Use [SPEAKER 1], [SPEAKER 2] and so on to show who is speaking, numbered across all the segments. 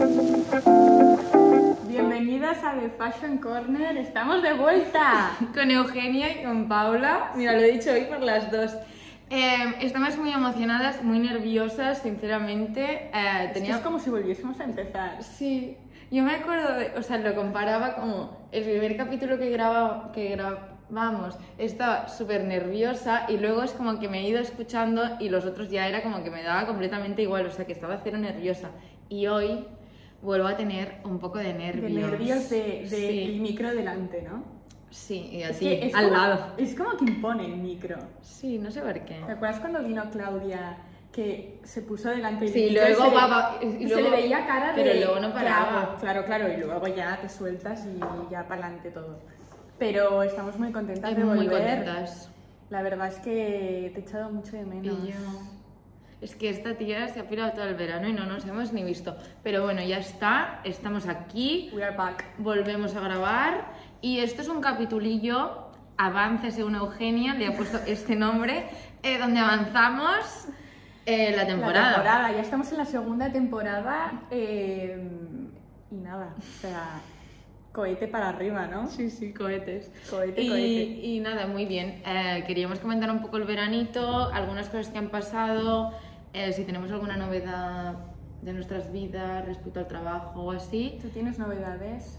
[SPEAKER 1] con Eugenia y con Paula. Mira, lo he dicho hoy por las dos. Eh, estamos muy emocionadas, muy nerviosas, sinceramente. Eh,
[SPEAKER 2] Es que
[SPEAKER 1] tenía-
[SPEAKER 2] es como si volviésemos a empezar.
[SPEAKER 1] Sí, yo me acuerdo, de- o sea, lo comparaba como el primer capítulo que, graba, que grabamos estaba súper nerviosa y luego es como que me he ido escuchando y los otros ya era como que me daba completamente igual, o sea, que estaba cero nerviosa. Y hoy vuelvo a tener un poco de
[SPEAKER 2] De
[SPEAKER 1] nervios.
[SPEAKER 2] nervios del de, el
[SPEAKER 1] sí.
[SPEAKER 2] micro delante, ¿no?
[SPEAKER 1] sí, y a
[SPEAKER 2] Es
[SPEAKER 1] ti,
[SPEAKER 2] que es
[SPEAKER 1] al
[SPEAKER 2] como-
[SPEAKER 1] lado.
[SPEAKER 2] Es como que impone el micro.
[SPEAKER 1] Sí, no sé por qué.
[SPEAKER 2] ¿Te acuerdas cuando vino Claudia que se puso delante del
[SPEAKER 1] Sí,
[SPEAKER 2] micro
[SPEAKER 1] luego
[SPEAKER 2] se le-
[SPEAKER 1] va- va- y
[SPEAKER 2] se le
[SPEAKER 1] luego-
[SPEAKER 2] veía cara de...
[SPEAKER 1] pero luego no paraba.
[SPEAKER 2] Claro, claro, claro, y luego ya te sueltas y ya para adelante todo. Pero estamos muy contentas
[SPEAKER 1] Estoy
[SPEAKER 2] de volver.
[SPEAKER 1] muy contentas.
[SPEAKER 2] La verdad es que te he echado mucho de
[SPEAKER 1] Y
[SPEAKER 2] menos.
[SPEAKER 1] yo- Es que esta tía se ha pirado todo el verano y no nos hemos ni visto. Pero bueno, ya está, estamos aquí,
[SPEAKER 2] We are back.
[SPEAKER 1] volvemos a grabar y esto es un capitulillo, Avances según Eugenia, le ha puesto este nombre, eh, donde avanzamos eh, la temporada.
[SPEAKER 2] La temporada, ya estamos en la segunda temporada eh, y nada, o sea, cohete para arriba, ¿no?
[SPEAKER 1] Sí, sí, cohetes.
[SPEAKER 2] Cohete,
[SPEAKER 1] y,
[SPEAKER 2] cohete.
[SPEAKER 1] y nada, muy bien. Eh, queríamos comentar un poco el veranito, algunas cosas que han pasado, eh, si tenemos alguna novedad de nuestras vidas respecto al trabajo o así.
[SPEAKER 2] ¿Tú tienes novedades?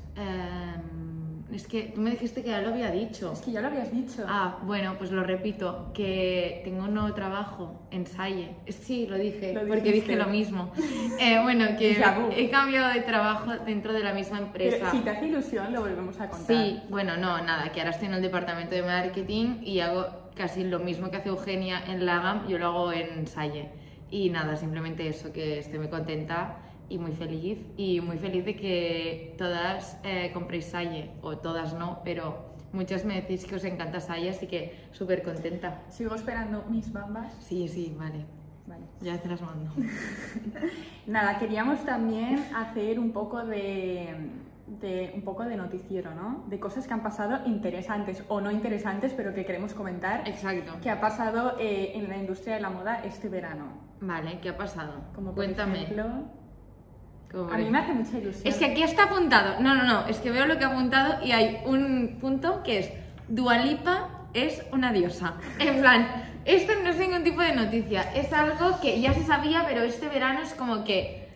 [SPEAKER 1] Em, es que tú me dijiste que ya lo había dicho.
[SPEAKER 2] Es que ya lo habías dicho.
[SPEAKER 1] Ah, bueno, pues lo repito, que tengo un nuevo trabajo en Salle. Sí, lo dije,
[SPEAKER 2] Lo
[SPEAKER 1] porque
[SPEAKER 2] dijiste.
[SPEAKER 1] dije lo mismo. Eh, bueno, que
[SPEAKER 2] Déjà vu.
[SPEAKER 1] he cambiado de trabajo dentro de la misma
[SPEAKER 2] Pero
[SPEAKER 1] empresa.
[SPEAKER 2] si te hace ilusión, lo volvemos a contar.
[SPEAKER 1] Sí, bueno, no, nada, que ahora estoy en el departamento de marketing y hago casi lo mismo que hace Eugenia en Lagam, yo lo hago en Salle. Y nada, simplemente eso, que estoy muy contenta y muy feliz. Y muy feliz de que todas eh, compréis Salle, o todas no, pero muchas me decís que os encanta Salle, así que súper contenta.
[SPEAKER 2] Sigo esperando mis bambas.
[SPEAKER 1] Sí, sí, vale,
[SPEAKER 2] Vale.
[SPEAKER 1] ya te las mando.
[SPEAKER 2] Nada, queríamos también hacer un poco de, de- un poco de noticiero, ¿no? De cosas que han pasado interesantes o no interesantes, pero que queremos comentar
[SPEAKER 1] Exacto.
[SPEAKER 2] que ha pasado eh, en la industria de la moda este verano.
[SPEAKER 1] Vale, ¿qué ha pasado?
[SPEAKER 2] Como por
[SPEAKER 1] Cuéntame.
[SPEAKER 2] ejemplo,
[SPEAKER 1] Como por
[SPEAKER 2] a mí me hace mucha ilusión.
[SPEAKER 1] Es que aquí está apuntado. No, no, no. Es que veo lo que ha apuntado y hay un punto que es Dualipa es una diosa. En plan, esto no es ningún tipo de noticia. Es algo que ya se sabía, pero este verano es como que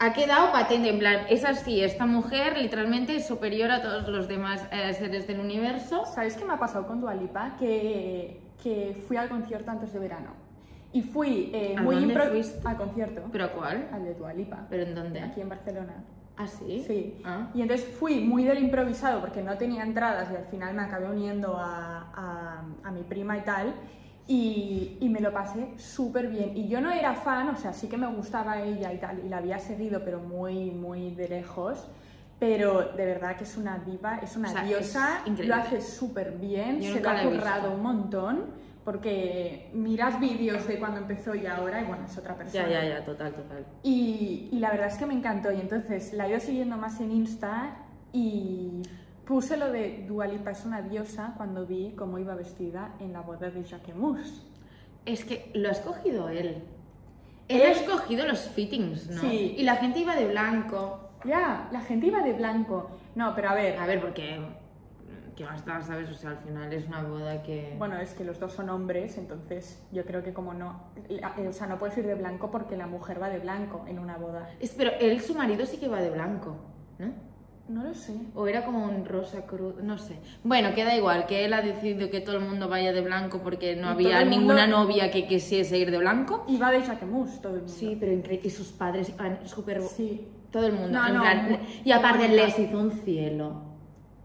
[SPEAKER 1] ha quedado patente. En plan, es así. Esta mujer literalmente es superior a todos los demás eh, seres del universo.
[SPEAKER 2] ¿Sabes qué me ha pasado con Dualipa? Que, que fui al concierto antes de verano. Y fui eh,
[SPEAKER 1] ¿A
[SPEAKER 2] muy
[SPEAKER 1] dónde
[SPEAKER 2] impro-
[SPEAKER 1] fuiste?
[SPEAKER 2] al concierto,
[SPEAKER 1] ¿Pero cuál?
[SPEAKER 2] al de Dualipa,
[SPEAKER 1] ¿Pero en dónde?
[SPEAKER 2] aquí en Barcelona.
[SPEAKER 1] ¿Ah, sí?
[SPEAKER 2] Sí.
[SPEAKER 1] Ah.
[SPEAKER 2] Y entonces fui muy del improvisado porque no tenía entradas y al final me acabé uniendo a, a- a mi prima y tal. Y, y me lo pasé súper bien. Y yo no era fan, o sea, sí que me gustaba ella y tal, y la había seguido, pero muy, muy de lejos. Pero de verdad que es una diva, es una
[SPEAKER 1] O sea, es
[SPEAKER 2] diosa,
[SPEAKER 1] increíble.
[SPEAKER 2] lo hace súper bien, se
[SPEAKER 1] Yo
[SPEAKER 2] lo
[SPEAKER 1] nunca
[SPEAKER 2] ha
[SPEAKER 1] la he visto.
[SPEAKER 2] currado un montón. Porque miras vídeos de cuando empezó y ahora, y bueno, es otra persona.
[SPEAKER 1] Ya, ya, ya. Total, total.
[SPEAKER 2] Y, y la verdad es que me encantó. Y entonces la iba siguiendo más en Insta y puse lo de Dualipa es una diosa cuando vi cómo iba vestida en la boda de Jacquemus.
[SPEAKER 1] Es que lo ha escogido él. Él,
[SPEAKER 2] Él-
[SPEAKER 1] ha escogido los fittings, ¿no?
[SPEAKER 2] Sí.
[SPEAKER 1] Y la gente iba de blanco.
[SPEAKER 2] Ya, la gente iba de blanco. No, pero a ver,
[SPEAKER 1] A ver, porque. ¿Qué más da, sabes? O sea, al final es una boda que.
[SPEAKER 2] bueno, es que los dos son hombres, entonces yo creo que como no, la- eh, o sea, no puedes ir de blanco porque la mujer va de blanco en una boda.
[SPEAKER 1] Es- pero él, su marido, sí que va de blanco, ¿no?
[SPEAKER 2] No lo sé.
[SPEAKER 1] O era como un rosa cruz, no sé. Bueno, queda igual, que él ha decidido que todo el mundo vaya de blanco porque no
[SPEAKER 2] Y todo
[SPEAKER 1] había
[SPEAKER 2] el mundo-
[SPEAKER 1] ninguna novia que quisiese ir de blanco.
[SPEAKER 2] Iba de Jacquemus todo el mundo.
[SPEAKER 1] Sí, pero increíble. Y sus padres iban súper.
[SPEAKER 2] Sí.
[SPEAKER 1] Todo el mundo.
[SPEAKER 2] No,
[SPEAKER 1] en
[SPEAKER 2] no,
[SPEAKER 1] plan,
[SPEAKER 2] muy-
[SPEAKER 1] y aparte
[SPEAKER 2] muy
[SPEAKER 1] les hizo un cielo.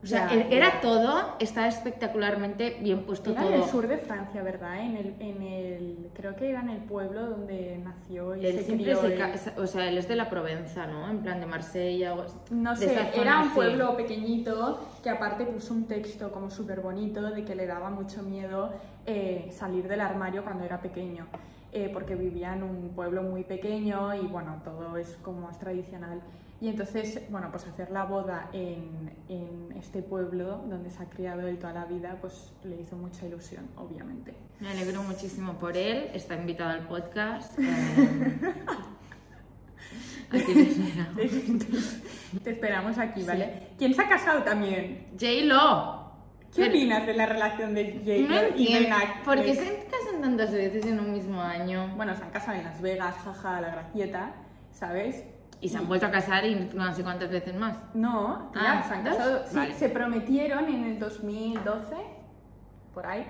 [SPEAKER 1] O sea,
[SPEAKER 2] Ya,
[SPEAKER 1] e- era
[SPEAKER 2] ya.
[SPEAKER 1] todo, estaba espectacularmente bien puesto
[SPEAKER 2] Era en el
[SPEAKER 1] todo.
[SPEAKER 2] sur de Francia, ¿verdad? En el, en el, creo que era en el pueblo donde nació y
[SPEAKER 1] Él
[SPEAKER 2] se
[SPEAKER 1] siempre
[SPEAKER 2] crió.
[SPEAKER 1] se
[SPEAKER 2] él.
[SPEAKER 1] ca- o sea, él es de la Provenza, ¿no? En plan de Marsella o
[SPEAKER 2] No
[SPEAKER 1] de
[SPEAKER 2] sé,
[SPEAKER 1] esa zona,
[SPEAKER 2] era un
[SPEAKER 1] sí.
[SPEAKER 2] pueblo pequeñito que aparte puso un texto como súper bonito de que le daba mucho miedo eh, salir del armario cuando era pequeño, eh, porque vivía en un pueblo muy pequeño y bueno, todo es como más tradicional. Y entonces, bueno, pues hacer la boda en, en este pueblo donde se ha criado él toda la vida, pues le hizo mucha ilusión, obviamente.
[SPEAKER 1] Me alegro muchísimo por él, está invitado al podcast. eh, aquí les esperamos.
[SPEAKER 2] Te esperamos aquí, ¿vale? ¿Quién se ha casado también?
[SPEAKER 1] J-Lo.
[SPEAKER 2] ¿Qué
[SPEAKER 1] Pero-
[SPEAKER 2] opinas de la relación de J-Lo
[SPEAKER 1] No
[SPEAKER 2] y Ben
[SPEAKER 1] entiendo.
[SPEAKER 2] Affleck? Pues,
[SPEAKER 1] ¿Por qué se casan tantas veces en un mismo año?
[SPEAKER 2] Bueno, se han casado en Las Vegas, jaja, la gracieta, ¿sabes?
[SPEAKER 1] Y se han vuelto a casar y no sé cuántas veces más.
[SPEAKER 2] No, tía,
[SPEAKER 1] Ah,
[SPEAKER 2] se han
[SPEAKER 1] ¿dos?
[SPEAKER 2] casado. sí,
[SPEAKER 1] Vale.
[SPEAKER 2] se prometieron en el 2012, por ahí.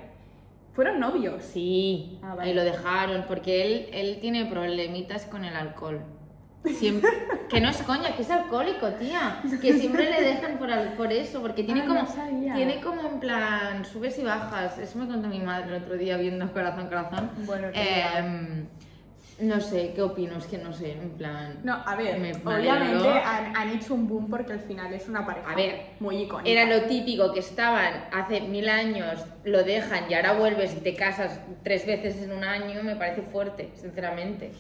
[SPEAKER 2] Fueron novios.
[SPEAKER 1] Sí,
[SPEAKER 2] Ah, vale.
[SPEAKER 1] y lo dejaron porque él, él tiene problemitas con el alcohol. Siempre, que no es coña, que es alcohólico, tía. Que siempre le dejan por, al- por eso, porque tiene
[SPEAKER 2] Ah,
[SPEAKER 1] como
[SPEAKER 2] no sabía.
[SPEAKER 1] tiene como en plan subes y bajas. Eso me contó mi madre el otro día viendo Corazón Corazón.
[SPEAKER 2] Bueno, tía.
[SPEAKER 1] Em, no sé, ¿qué opino? Es que no sé, en plan.
[SPEAKER 2] No, a ver,
[SPEAKER 1] me- me
[SPEAKER 2] obviamente
[SPEAKER 1] alegró.
[SPEAKER 2] han, han hecho un boom porque al final es una pareja
[SPEAKER 1] A ver,
[SPEAKER 2] muy icónica.
[SPEAKER 1] Era lo típico que estaban hace mil años, lo dejan y ahora vuelves y te casas tres veces en un año, me parece fuerte, sinceramente.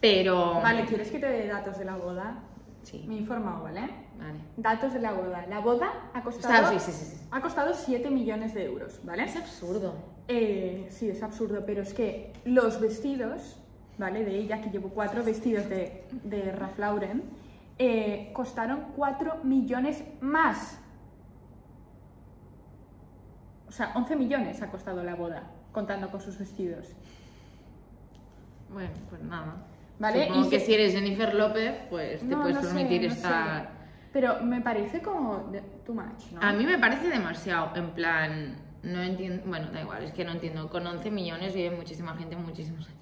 [SPEAKER 1] Pero.
[SPEAKER 2] Vale, ¿quieres que te dé datos de la boda?
[SPEAKER 1] Sí.
[SPEAKER 2] Me he informado, ¿vale?
[SPEAKER 1] Vale.
[SPEAKER 2] Datos de la boda. La boda ha costado,
[SPEAKER 1] sí, sí, sí, sí.
[SPEAKER 2] Ha costado 7 millones de euros, ¿vale?
[SPEAKER 1] Es absurdo.
[SPEAKER 2] Eh, sí, es absurdo, pero es que los vestidos, ¿vale? De ella, que llevo cuatro vestidos de, de Ralph Lauren, eh, costaron 4 millones más. O sea, 11 millones ha costado la boda, contando con sus vestidos.
[SPEAKER 1] Bueno, pues nada.
[SPEAKER 2] Vale,
[SPEAKER 1] Supongo
[SPEAKER 2] y
[SPEAKER 1] que
[SPEAKER 2] si-
[SPEAKER 1] si eres Jennifer López, pues te
[SPEAKER 2] No,
[SPEAKER 1] puedes
[SPEAKER 2] no sé,
[SPEAKER 1] permitir
[SPEAKER 2] no
[SPEAKER 1] estar.
[SPEAKER 2] sé. Pero me parece como de- too much, ¿no?
[SPEAKER 1] A mí me parece demasiado, en plan. No entiendo. Bueno, da igual, es que no entiendo. Con 11 millones vive muchísima gente muchísimos años.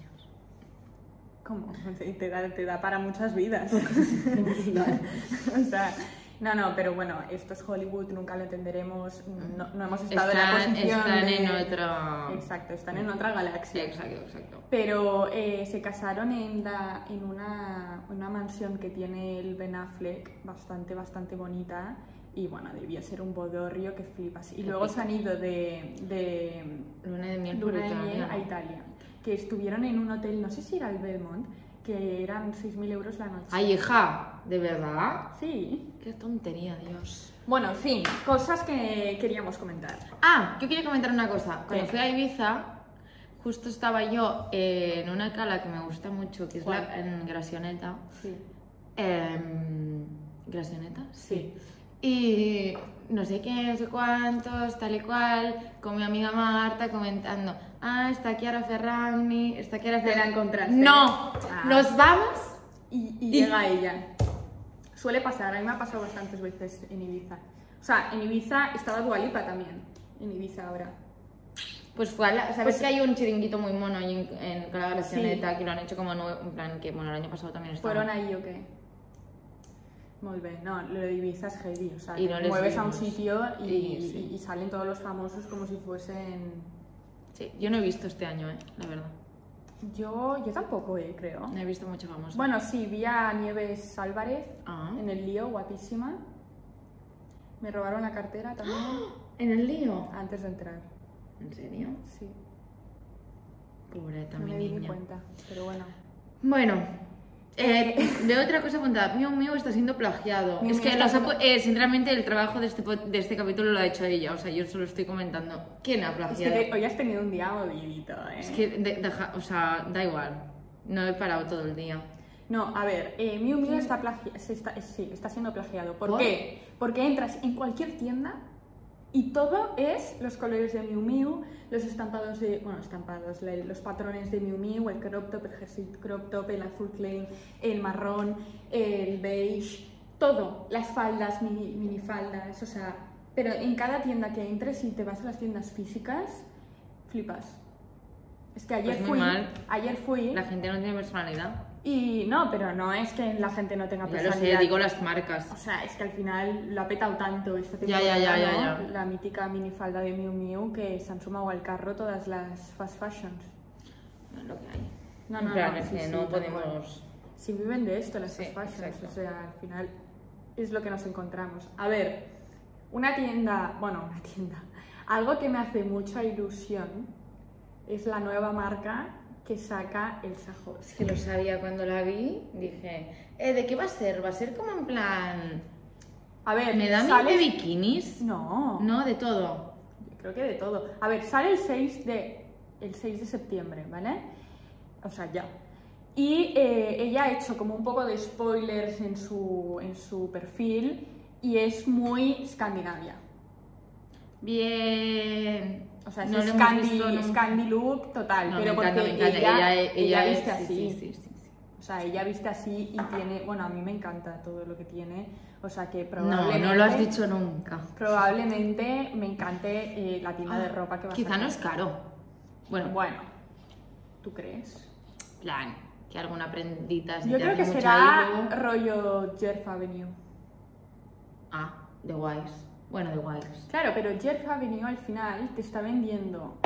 [SPEAKER 2] ¿Cómo? Te te da, te da para muchas vidas. o sea, no, no, pero bueno, esto es Hollywood, nunca lo entenderemos, no, no hemos estado en la
[SPEAKER 1] Están,
[SPEAKER 2] posición
[SPEAKER 1] están
[SPEAKER 2] de-
[SPEAKER 1] en otro.
[SPEAKER 2] Exacto, están en otra
[SPEAKER 1] Sí,
[SPEAKER 2] galaxia.
[SPEAKER 1] exacto, exacto.
[SPEAKER 2] Pero eh, se casaron en, la, en una, una mansión que tiene el Ben Affleck, bastante, bastante bonita. Y bueno, debió ser un bodorrio que flipas. Y
[SPEAKER 1] Qué
[SPEAKER 2] luego
[SPEAKER 1] rico.
[SPEAKER 2] se han ido de, de
[SPEAKER 1] Luna de miel
[SPEAKER 2] Luna de
[SPEAKER 1] puritaria.
[SPEAKER 2] miel a Italia. Que estuvieron en un hotel, no sé si era el Belmont, que eran 6.000 euros la noche.
[SPEAKER 1] Ay, hija, ¿de verdad?
[SPEAKER 2] Sí.
[SPEAKER 1] Qué tontería, Dios.
[SPEAKER 2] Bueno, en fin, cosas que queríamos comentar.
[SPEAKER 1] Ah, yo quería comentar una cosa. Cuando
[SPEAKER 2] ¿Qué?
[SPEAKER 1] fui a Ibiza, justo estaba yo eh, en una cala que me gusta mucho, que es
[SPEAKER 2] ¿Cuál?
[SPEAKER 1] la en Grasioneta.
[SPEAKER 2] Sí.
[SPEAKER 1] Em, ¿Grasioneta?
[SPEAKER 2] Sí.
[SPEAKER 1] Y no sé qué, no sé cuántos, tal y cual, con mi amiga Marta comentando, ah, está Chiara Ferragni, está Chiara
[SPEAKER 2] Te la
[SPEAKER 1] Ferragni.
[SPEAKER 2] encontraste.
[SPEAKER 1] No,
[SPEAKER 2] Ah.
[SPEAKER 1] nos vamos
[SPEAKER 2] Y, y
[SPEAKER 1] Y-
[SPEAKER 2] llega ella. Suele pasar, a mí me ha pasado bastantes veces en Ibiza. O sea, en Ibiza estaba Dualipa también. En Ibiza ahora.
[SPEAKER 1] Pues fue a la- ¿Sabes
[SPEAKER 2] Pues-
[SPEAKER 1] que hay un chiringuito muy mono allí en, en Cala de la
[SPEAKER 2] Sí.
[SPEAKER 1] Sioneta que lo han hecho como nuevo? En plan, que bueno, el año pasado también estaba.
[SPEAKER 2] ¿Fueron ahí o qué? Muy bien, no, lo de Ibiza es heavy. O sea,
[SPEAKER 1] Y
[SPEAKER 2] te
[SPEAKER 1] no les
[SPEAKER 2] mueves a un
[SPEAKER 1] vimos.
[SPEAKER 2] sitio y,
[SPEAKER 1] Y- sí.
[SPEAKER 2] y- y salen todos los famosos como si fuesen.
[SPEAKER 1] Sí, yo no he visto este año, eh, la verdad.
[SPEAKER 2] Yo, yo tampoco, eh, creo.
[SPEAKER 1] No he visto mucho famoso.
[SPEAKER 2] Bueno, sí, vi a Nieves Álvarez
[SPEAKER 1] Ah.
[SPEAKER 2] en el lío, guapísima. Me robaron la cartera también
[SPEAKER 1] ¿En el lío?
[SPEAKER 2] antes de entrar.
[SPEAKER 1] ¿En serio?
[SPEAKER 2] Sí,
[SPEAKER 1] Pobre
[SPEAKER 2] no me
[SPEAKER 1] también
[SPEAKER 2] di ni
[SPEAKER 1] niña.
[SPEAKER 2] cuenta, pero bueno.
[SPEAKER 1] Bueno. Eh, veo otra cosa apuntada. Miu Miu está siendo plagiado.
[SPEAKER 2] Miu
[SPEAKER 1] es
[SPEAKER 2] Miu
[SPEAKER 1] que
[SPEAKER 2] está
[SPEAKER 1] los ha
[SPEAKER 2] como-
[SPEAKER 1] pu- eh, sinceramente el trabajo de este, po- de este capítulo lo ha hecho ella. O sea, yo solo estoy comentando. ¿Quién ha
[SPEAKER 2] Es que
[SPEAKER 1] plagiado?
[SPEAKER 2] te- hoy has tenido un día jodidito, ¿eh?
[SPEAKER 1] Es que de- deja- o sea, da igual. No he parado todo el día.
[SPEAKER 2] No, a ver, eh, Miu Miu está, plagi- se está, eh, sí, está siendo plagiado. ¿Por,
[SPEAKER 1] ¿Por?
[SPEAKER 2] qué? Porque entras en cualquier tienda y todo es los colores de Miu Miu, los estampados de... Bueno, estampados, la- los patrones de Miu Miu, el crop top, el jersey crop top, el azul claim, el marrón, el beige, todo. Las faldas, mini, minifaldas, o sea... Pero en cada tienda que entres y te vas a las tiendas físicas, flipas. Es que ayer
[SPEAKER 1] Pues
[SPEAKER 2] fui...
[SPEAKER 1] muy mal.
[SPEAKER 2] Ayer fui...
[SPEAKER 1] La gente no tiene personalidad.
[SPEAKER 2] Y no, pero no es que la gente no tenga
[SPEAKER 1] Ya lo
[SPEAKER 2] personalidad.
[SPEAKER 1] sé, digo las marcas.
[SPEAKER 2] O sea, es que al final lo ha petado tanto esta
[SPEAKER 1] Ya,
[SPEAKER 2] temporada,
[SPEAKER 1] ya, ya, ya,
[SPEAKER 2] ¿no?
[SPEAKER 1] ya.
[SPEAKER 2] la mítica minifalda de Miu Miu que se han sumado al carro todas las fast fashions.
[SPEAKER 1] No es lo que hay.
[SPEAKER 2] No, no,
[SPEAKER 1] En plan,
[SPEAKER 2] no,
[SPEAKER 1] es
[SPEAKER 2] sí,
[SPEAKER 1] que
[SPEAKER 2] sí,
[SPEAKER 1] no
[SPEAKER 2] tal
[SPEAKER 1] podemos.
[SPEAKER 2] Si viven de esto las
[SPEAKER 1] Sí,
[SPEAKER 2] fast fashions,
[SPEAKER 1] exacto.
[SPEAKER 2] o sea, al final es lo que nos encontramos. A ver, una tienda, bueno, una tienda, algo que me hace mucha ilusión es la nueva marca que saca el Sajos.
[SPEAKER 1] Es que lo sabía cuando la vi. Dije, eh, ¿de qué va a ser? ¿Va a ser como en plan.
[SPEAKER 2] A ver,
[SPEAKER 1] ¿Me da mil de
[SPEAKER 2] sales-
[SPEAKER 1] bikinis?
[SPEAKER 2] No.
[SPEAKER 1] No, de todo.
[SPEAKER 2] Creo que de todo. A ver, sale el 6 de, el 6 de septiembre, ¿vale? O sea, ya. Y eh, ella ha hecho como un poco de spoilers en su, en su perfil y es muy Escandinavia.
[SPEAKER 1] Bien.
[SPEAKER 2] O sea, eso
[SPEAKER 1] No lo
[SPEAKER 2] es,
[SPEAKER 1] hemos
[SPEAKER 2] candy,
[SPEAKER 1] visto
[SPEAKER 2] es
[SPEAKER 1] nunca.
[SPEAKER 2] candy look total,
[SPEAKER 1] No,
[SPEAKER 2] pero
[SPEAKER 1] me
[SPEAKER 2] porque
[SPEAKER 1] encanta, me encanta.
[SPEAKER 2] ella,
[SPEAKER 1] Ella, e-, ella
[SPEAKER 2] viste
[SPEAKER 1] es- sí,
[SPEAKER 2] así.
[SPEAKER 1] sí, sí, sí, sí.
[SPEAKER 2] O sea, ella viste así y tiene, bueno, a mí me encanta todo lo que tiene, o sea que
[SPEAKER 1] No,
[SPEAKER 2] probablemente...
[SPEAKER 1] no lo has dicho nunca.
[SPEAKER 2] Probablemente me encante eh, la tienda de ropa que vas
[SPEAKER 1] Ah, Quizá
[SPEAKER 2] a
[SPEAKER 1] no es caro. Bueno,
[SPEAKER 2] Bueno, ¿tú crees?
[SPEAKER 1] plan, que alguna prendita si
[SPEAKER 2] Yo
[SPEAKER 1] te
[SPEAKER 2] creo
[SPEAKER 1] hace
[SPEAKER 2] que
[SPEAKER 1] mucha
[SPEAKER 2] será
[SPEAKER 1] ilu.
[SPEAKER 2] rollo Jerf Avenue.
[SPEAKER 1] Ah, de guays. Bueno, de guays.
[SPEAKER 2] Claro, pero Jerf Avenue al final te está vendiendo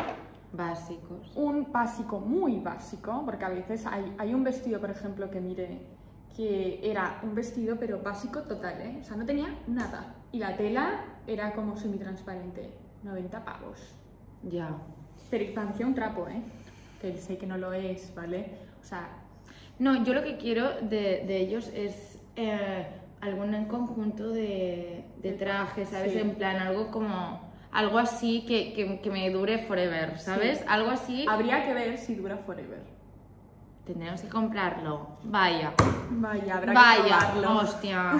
[SPEAKER 1] Básicos.
[SPEAKER 2] un básico muy básico, porque a veces hay, hay un vestido, por ejemplo, que mire, que era un vestido pero básico total, ¿eh? O sea, no tenía nada. Y la tela era como semitransparente, 90 pavos.
[SPEAKER 1] Ya.
[SPEAKER 2] Pero parecía un trapo, ¿eh? Que sé que no lo es, ¿vale? O sea,
[SPEAKER 1] No, yo lo que quiero de, de ellos es eh, algún conjunto de, de trajes, ¿sabes?
[SPEAKER 2] Sí.
[SPEAKER 1] En plan, algo como. Algo así que, que- que me dure forever, ¿sabes?
[SPEAKER 2] Sí.
[SPEAKER 1] Algo así.
[SPEAKER 2] habría que ver si dura forever.
[SPEAKER 1] Tendremos que comprarlo. Vaya.
[SPEAKER 2] Vaya, habrá que
[SPEAKER 1] Vaya.
[SPEAKER 2] probarlo.
[SPEAKER 1] Hostia.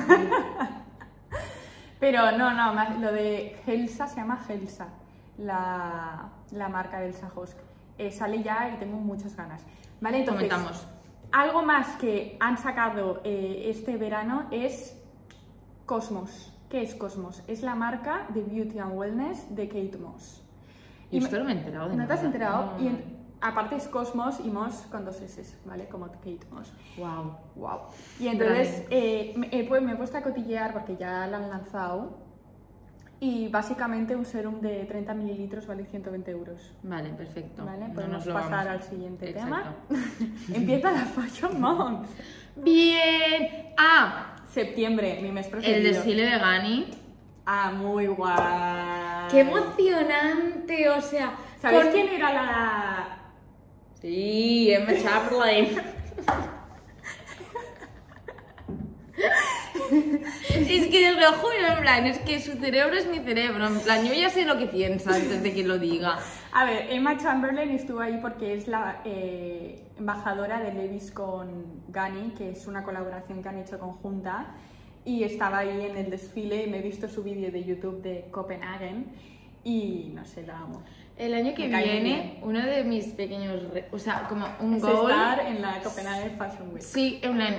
[SPEAKER 2] Pero no, no, más- lo de Helsa se llama Helsa, la, la marca del Sajosk. Eh, sale ya y tengo muchas ganas. Vale, entonces.
[SPEAKER 1] Comentamos.
[SPEAKER 2] Algo más que han sacado eh, este verano es Cosmos. ¿Qué es Cosmos? Es la marca de Beauty and Wellness de Kate Moss.
[SPEAKER 1] Y
[SPEAKER 2] me-
[SPEAKER 1] esto no me he enterado de
[SPEAKER 2] ¿No te has
[SPEAKER 1] nada.
[SPEAKER 2] enterado?
[SPEAKER 1] No.
[SPEAKER 2] Y en- aparte es Cosmos y Moss con dos S, ¿vale? Como Kate Moss.
[SPEAKER 1] Wow.
[SPEAKER 2] Wow. Y entonces eh, me, eh, pues me he puesto a cotillear porque ya la han lanzado. Y básicamente un serum de 30 mililitros vale 120 euros.
[SPEAKER 1] Vale, perfecto.
[SPEAKER 2] ¿Vale?
[SPEAKER 1] No
[SPEAKER 2] Podemos
[SPEAKER 1] nos lo
[SPEAKER 2] pasar
[SPEAKER 1] vamos.
[SPEAKER 2] al siguiente
[SPEAKER 1] Exacto.
[SPEAKER 2] tema. Empieza la Fashion Month.
[SPEAKER 1] Bien. Ah,
[SPEAKER 2] Septiembre, mi mes preferido.
[SPEAKER 1] el desfile de Gani.
[SPEAKER 2] Ah, muy guay.
[SPEAKER 1] Qué emocionante, o sea.
[SPEAKER 2] ¿Sabes
[SPEAKER 1] con-
[SPEAKER 2] quién era la...?
[SPEAKER 1] Sí, Emma Chamberlain. es que os lo juro, en plan, es que su cerebro es mi cerebro. En plan, yo ya sé lo que piensa antes de que lo diga.
[SPEAKER 2] A ver, Emma Chamberlain estuvo ahí porque es la eh, embajadora de Levis con Gani, que es una colaboración que han hecho conjunta. Y estaba ahí en el desfile y me he visto su vídeo de YouTube de Copenhagen. Y no sé, la amo.
[SPEAKER 1] El año que
[SPEAKER 2] Me cae muy
[SPEAKER 1] viene,
[SPEAKER 2] bien.
[SPEAKER 1] uno de mis pequeños. re- O sea, como un
[SPEAKER 2] Es
[SPEAKER 1] goal.
[SPEAKER 2] estar en la Copenhagen Fashion Week.
[SPEAKER 1] Sí, en plan,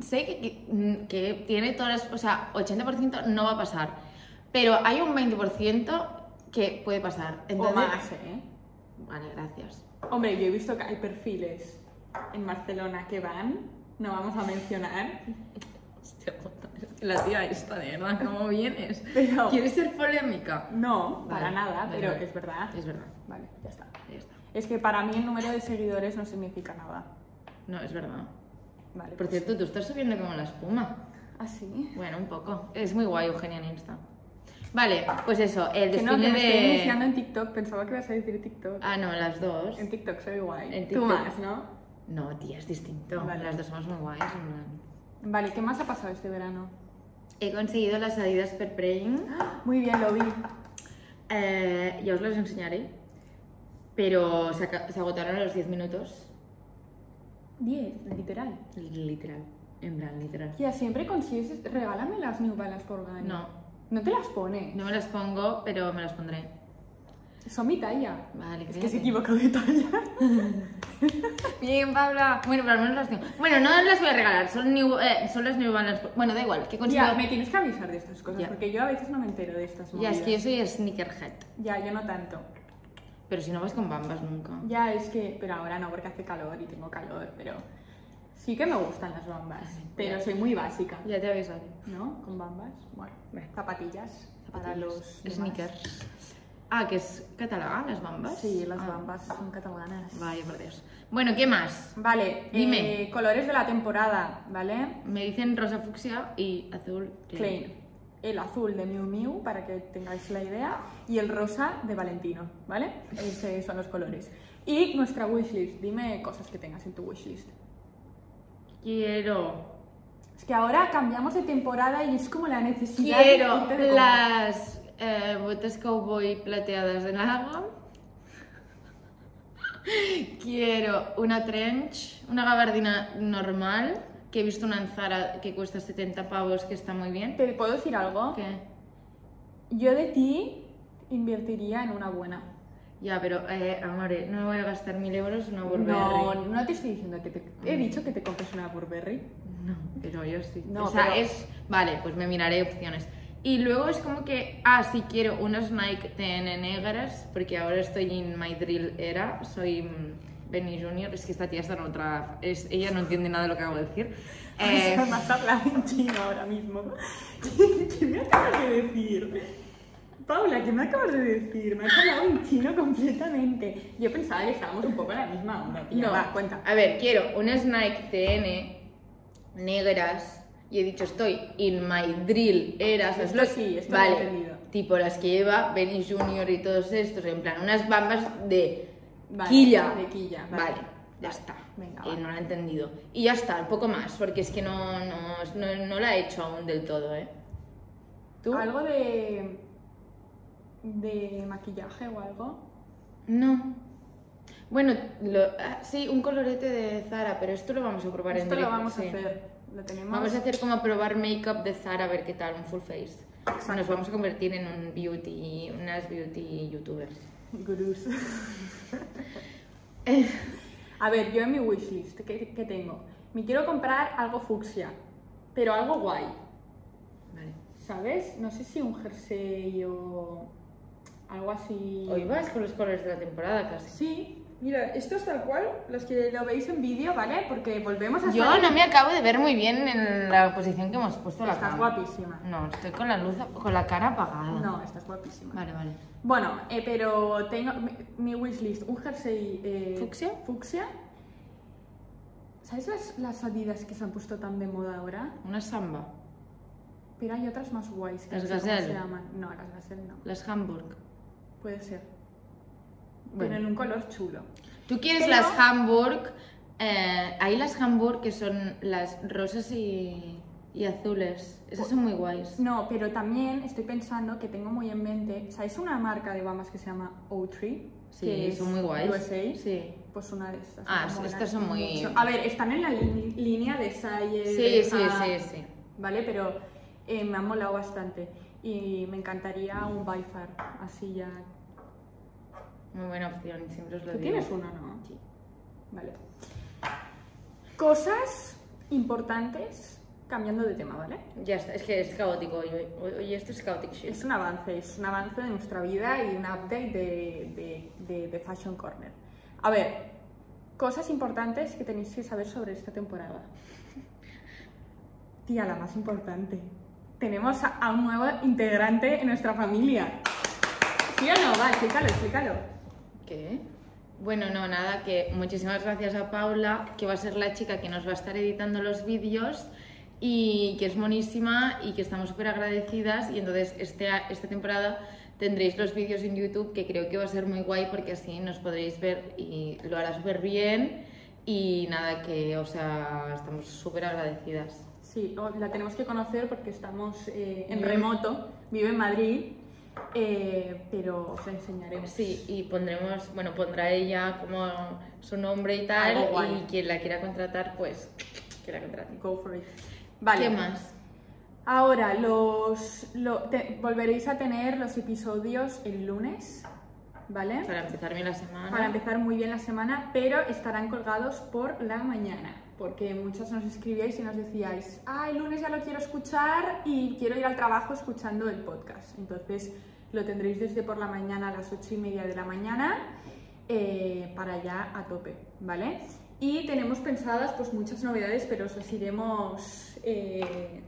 [SPEAKER 1] sé que, que- que tiene todas las... O sea, 80% no va a pasar, pero hay un 20% que puede pasar.
[SPEAKER 2] O
[SPEAKER 1] Entonces,
[SPEAKER 2] más, ¿eh?
[SPEAKER 1] Vale, gracias.
[SPEAKER 2] Hombre, yo he visto que hay perfiles en Barcelona que van, no vamos a mencionar,
[SPEAKER 1] Hostia puta, es que la tía esta, de verdad, ¿cómo vienes?
[SPEAKER 2] pero...
[SPEAKER 1] ¿Quieres ser polémica?
[SPEAKER 2] No, para
[SPEAKER 1] Vale,
[SPEAKER 2] nada,
[SPEAKER 1] vale,
[SPEAKER 2] pero
[SPEAKER 1] vale.
[SPEAKER 2] es verdad.
[SPEAKER 1] Es verdad,
[SPEAKER 2] Vale, ya está.
[SPEAKER 1] ya está.
[SPEAKER 2] Es que para mí el número de seguidores no significa nada.
[SPEAKER 1] No, es verdad.
[SPEAKER 2] Vale. pues, ¿ah,
[SPEAKER 1] Por cierto, tú estás subiendo como la espuma.
[SPEAKER 2] Así.
[SPEAKER 1] Bueno, un poco. Es muy guay, Eugenia, en Insta. Vale, pues eso, el
[SPEAKER 2] Que
[SPEAKER 1] desfile
[SPEAKER 2] no, que me estoy iniciando
[SPEAKER 1] de...
[SPEAKER 2] en TikTok. Pensaba que ibas a decir TikTok.
[SPEAKER 1] Ah, no, las dos.
[SPEAKER 2] En TikTok soy guay.
[SPEAKER 1] En
[SPEAKER 2] Tú
[SPEAKER 1] TikTok.
[SPEAKER 2] más, ¿no?
[SPEAKER 1] No, tía, es distinto.
[SPEAKER 2] Vale.
[SPEAKER 1] Las dos somos muy guays. en plan.
[SPEAKER 2] Vale, ¿qué más ha pasado este verano?
[SPEAKER 1] He conseguido las Adidas per Praying.
[SPEAKER 2] Muy bien, lo vi.
[SPEAKER 1] Eh, ya os las enseñaré. Pero se, aca- se agotaron a los 10 minutos.
[SPEAKER 2] 10, literal.
[SPEAKER 1] Literal. En plan, literal.
[SPEAKER 2] Ya, siempre consigues. Regálame las New Balance por Gani.
[SPEAKER 1] No,
[SPEAKER 2] No te las pone.
[SPEAKER 1] no me las pongo, pero me las pondré.
[SPEAKER 2] Son mi talla.
[SPEAKER 1] Vale,
[SPEAKER 2] Es que
[SPEAKER 1] cállate.
[SPEAKER 2] se equivocó de talla.
[SPEAKER 1] Bien, Paula. Bueno, pero al menos las tengo. Bueno, no las voy a regalar. Son, new, eh, son las New Balance. Bueno, da igual. Que consigo...
[SPEAKER 2] Ya, me tienes que avisar de estas cosas,
[SPEAKER 1] Ya.
[SPEAKER 2] porque yo a veces no me entero de estas
[SPEAKER 1] Ya,
[SPEAKER 2] movidas.
[SPEAKER 1] es que yo soy sneakerhead.
[SPEAKER 2] Ya, yo no tanto.
[SPEAKER 1] Pero si no vas con bambas nunca.
[SPEAKER 2] Ya, es que, pero ahora no, porque hace calor y tengo calor, pero sí que me gustan las bambas, pero soy muy básica,
[SPEAKER 1] Ya te avisaré.
[SPEAKER 2] ¿no? Con bambas, bueno,
[SPEAKER 1] Vale.
[SPEAKER 2] zapatillas, para los demás.
[SPEAKER 1] Sneakers. Ah, que es catalán, las bambas.
[SPEAKER 2] Sí, las
[SPEAKER 1] Ah.
[SPEAKER 2] bambas son catalanas.
[SPEAKER 1] Vaya por Dios. Bueno, ¿qué más?
[SPEAKER 2] Vale,
[SPEAKER 1] Dime.
[SPEAKER 2] eh, colores de la temporada, ¿vale?
[SPEAKER 1] Me dicen rosa fucsia y azul
[SPEAKER 2] Klein, el azul de Miu Miu, para que tengáis la idea, y el rosa de Valentino, ¿vale? Esos son los colores. Y nuestra wishlist, dime cosas que tengas en tu wishlist.
[SPEAKER 1] Quiero.
[SPEAKER 2] Es que ahora cambiamos de temporada y es como la necesidad.
[SPEAKER 1] Quiero
[SPEAKER 2] de irte de
[SPEAKER 1] las eh, botas cowboy plateadas de agua. Quiero una trench, una gabardina normal, que he visto una en Zara que cuesta 70 pavos, que está muy bien.
[SPEAKER 2] compra. ¿Te puedo decir algo?
[SPEAKER 1] ¿Qué?
[SPEAKER 2] Yo de ti Invertiría en una buena.
[SPEAKER 1] Ya, pero, eh, amore, no me voy a gastar mil euros en una Burberry.
[SPEAKER 2] No, no te estoy diciendo que te... He dicho que te compres una Burberry.
[SPEAKER 1] No, pero yo sí.
[SPEAKER 2] No,
[SPEAKER 1] o sea,
[SPEAKER 2] pero-
[SPEAKER 1] es. Vale, pues me miraré opciones. Y luego es como que, ah, sí quiero unas Nike TN negras, porque ahora estoy en my drill era, soy mm, Benny Junior, es que esta tía está en otra. Es, ella no entiende nada de lo que acabo de decir. Eh,
[SPEAKER 2] Además hablar en chino ahora mismo. ¿Qué, qué me acabas de decir? Paula, ¿qué me acabas de decir? Me has hablado en chino completamente. Yo pensaba que estábamos un poco en la misma onda, tía.
[SPEAKER 1] no,
[SPEAKER 2] Va, cuenta.
[SPEAKER 1] A ver, quiero unas Nike TN negras. Y he dicho, estoy in my drill era. o sea,
[SPEAKER 2] Esto
[SPEAKER 1] estoy-
[SPEAKER 2] sí, esto lo he
[SPEAKER 1] vale,
[SPEAKER 2] entendido.
[SPEAKER 1] Tipo las que lleva Benny Junior y todos estos, en plan, unas bambas de
[SPEAKER 2] Vale,
[SPEAKER 1] quilla.
[SPEAKER 2] de quilla,
[SPEAKER 1] Vale,
[SPEAKER 2] vale.
[SPEAKER 1] ya
[SPEAKER 2] Ah, Vale,
[SPEAKER 1] está.
[SPEAKER 2] venga,
[SPEAKER 1] Eh,
[SPEAKER 2] va.
[SPEAKER 1] no la he entendido. Y ya está, un poco más, porque es que no, no, no, no la he hecho aún del todo, ¿eh? ¿Tú?
[SPEAKER 2] ¿Algo de... de maquillaje o algo?
[SPEAKER 1] No. Bueno, lo- ah, sí, un colorete de Zara, pero esto lo vamos a probar en
[SPEAKER 2] Esto lo
[SPEAKER 1] directo,
[SPEAKER 2] vamos a
[SPEAKER 1] sí.
[SPEAKER 2] hacer. Lo tenemos...
[SPEAKER 1] Vamos a hacer como a probar make-up de Zara, a ver qué tal, un full face. Nos vamos a convertir en un beauty, unas beauty youtubers.
[SPEAKER 2] Gurús.
[SPEAKER 1] Eh.
[SPEAKER 2] A ver, yo en mi wishlist, ¿qué, ¿qué tengo? Me quiero comprar algo fucsia, pero algo guay,
[SPEAKER 1] Vale.
[SPEAKER 2] ¿sabes? No sé si un jersey o algo así.
[SPEAKER 1] Hoy vas con los colores de la temporada casi.
[SPEAKER 2] Sí, mira, esto es tal cual, los que lo veis en vídeo, ¿vale? Porque volvemos a
[SPEAKER 1] Yo
[SPEAKER 2] estar-
[SPEAKER 1] no me acabo de ver muy bien en la posición que hemos puesto la
[SPEAKER 2] Estás
[SPEAKER 1] cámara.
[SPEAKER 2] guapísima.
[SPEAKER 1] No, estoy con la luz, con la cara apagada.
[SPEAKER 2] No, estás guapísima.
[SPEAKER 1] Vale, vale.
[SPEAKER 2] Bueno, eh, pero tengo mi- mi wishlist, un jersey... eh,
[SPEAKER 1] ¿Fucsia?
[SPEAKER 2] Fucsia. ¿Sabes las, las adidas que se han puesto tan de moda ahora?
[SPEAKER 1] Una samba.
[SPEAKER 2] Pero hay otras más guays que
[SPEAKER 1] Las
[SPEAKER 2] no sé cómo
[SPEAKER 1] Gazelle.
[SPEAKER 2] se llaman. No, las Gazelle no.
[SPEAKER 1] Las Hamburg.
[SPEAKER 2] Puede ser.
[SPEAKER 1] Bueno.
[SPEAKER 2] Tienen un color chulo.
[SPEAKER 1] Tú quieres
[SPEAKER 2] Pero-
[SPEAKER 1] las Hamburg. eh, hay las Hamburg que son las rosas y, y azules. Esas son muy guays.
[SPEAKER 2] No, pero también estoy pensando que tengo muy en mente. ¿Sabes una marca de Bahamas que se llama O3?
[SPEAKER 1] Sí,
[SPEAKER 2] que
[SPEAKER 1] son
[SPEAKER 2] es
[SPEAKER 1] muy guays.
[SPEAKER 2] USA.
[SPEAKER 1] Sí.
[SPEAKER 2] Pues una de estas.
[SPEAKER 1] Ah,
[SPEAKER 2] como
[SPEAKER 1] sí,
[SPEAKER 2] una-
[SPEAKER 1] estas son muy-
[SPEAKER 2] A ver, están en la lin- línea de Sayer.
[SPEAKER 1] Sí, sí, sí, sí.
[SPEAKER 2] Vale, pero eh, me han molado bastante. Y me encantaría un Bifar, así ya.
[SPEAKER 1] Muy buena opción, siempre os lo
[SPEAKER 2] Tú
[SPEAKER 1] digo.
[SPEAKER 2] tienes uno, ¿no?
[SPEAKER 1] Sí.
[SPEAKER 2] Vale. Cosas importantes, cambiando de tema, ¿vale?
[SPEAKER 1] Ya está, es que es caótico. hoy- hoy- Hoy esto es caótico.
[SPEAKER 2] Es un avance, es un avance de nuestra vida y un update de, de- de- de Fashion Corner. A ver, cosas importantes que tenéis que saber sobre esta temporada. Tía, la más importante. Tenemos a, a un nuevo integrante en nuestra familia. ¿Sí o no? Va, explícalo, explícalo.
[SPEAKER 1] ¿Qué? Bueno, no, nada, que muchísimas gracias a Paula, que va a ser la chica que nos va a estar editando los vídeos y que es monísima y que estamos súper agradecidas y entonces este, a- esta temporada tendréis los vídeos en YouTube que creo que va a ser muy guay porque así nos podréis ver y lo hará súper bien y nada, que, o sea, estamos súper agradecidas.
[SPEAKER 2] Sí, o- la tenemos que conocer porque estamos eh, en
[SPEAKER 1] Vive-
[SPEAKER 2] remoto, vive en Madrid, eh, pero os la enseñaremos.
[SPEAKER 1] Sí, y pondremos, bueno, pondrá ella como su nombre y tal
[SPEAKER 2] Algo guay.
[SPEAKER 1] y quien la quiera contratar, pues que la contrate.
[SPEAKER 2] Go for it. Vale.
[SPEAKER 1] ¿Qué más?
[SPEAKER 2] Ahora, los, lo- te- volveréis a tener los episodios el lunes, ¿vale?
[SPEAKER 1] Para empezar bien la semana.
[SPEAKER 2] Para empezar muy bien la semana, pero estarán colgados por la mañana, porque muchas nos escribíais y nos decíais, ah, el lunes ya lo quiero escuchar y quiero ir al trabajo escuchando el podcast. Entonces, lo tendréis desde por la mañana a las ocho y media de la mañana eh, para ya a tope, ¿vale? Y tenemos pensadas pues muchas novedades, pero os las iremos... eh,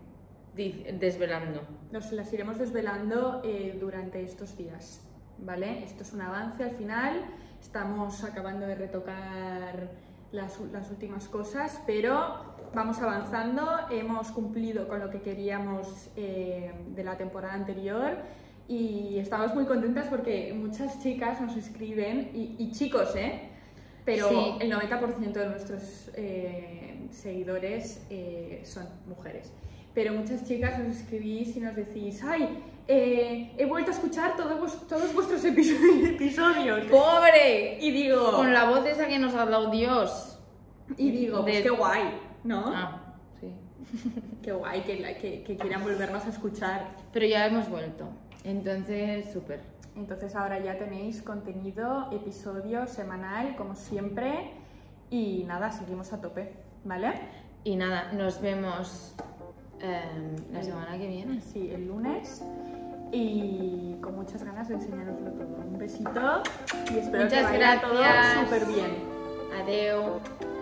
[SPEAKER 1] Di- Desvelando.
[SPEAKER 2] nos las iremos desvelando eh, durante estos días, ¿vale? Esto es un avance al final, estamos acabando de retocar las, u- las últimas cosas, pero vamos avanzando, hemos cumplido con lo que queríamos eh, de la temporada anterior y estamos muy contentas porque muchas chicas nos escriben, y, y chicos, ¿eh? Pero
[SPEAKER 1] Sí.
[SPEAKER 2] el 90% de nuestros eh, seguidores eh, son mujeres. Pero muchas chicas nos escribís y nos decís, ay, eh, he vuelto a escuchar todos, vues- todos vuestros episo- episodios.
[SPEAKER 1] ¡Pobre!
[SPEAKER 2] Y digo,
[SPEAKER 1] Con la voz esa que nos ha dado Dios.
[SPEAKER 2] y digo, pues
[SPEAKER 1] de-
[SPEAKER 2] qué guay, ¿no?
[SPEAKER 1] Ah, sí.
[SPEAKER 2] Qué guay que, la- que- que quieran volvernos a escuchar.
[SPEAKER 1] Pero ya hemos vuelto. Entonces, súper.
[SPEAKER 2] Entonces ahora ya tenéis contenido, episodio semanal, como siempre. Y nada, seguimos a tope, ¿vale?
[SPEAKER 1] Y nada, nos vemos em, la semana que viene.
[SPEAKER 2] Sí, el lunes. Y con muchas ganas de enseñaroslo todo. Un besito y espero que
[SPEAKER 1] Muchas
[SPEAKER 2] vaya todo
[SPEAKER 1] gracias.
[SPEAKER 2] súper bien.
[SPEAKER 1] Adeu.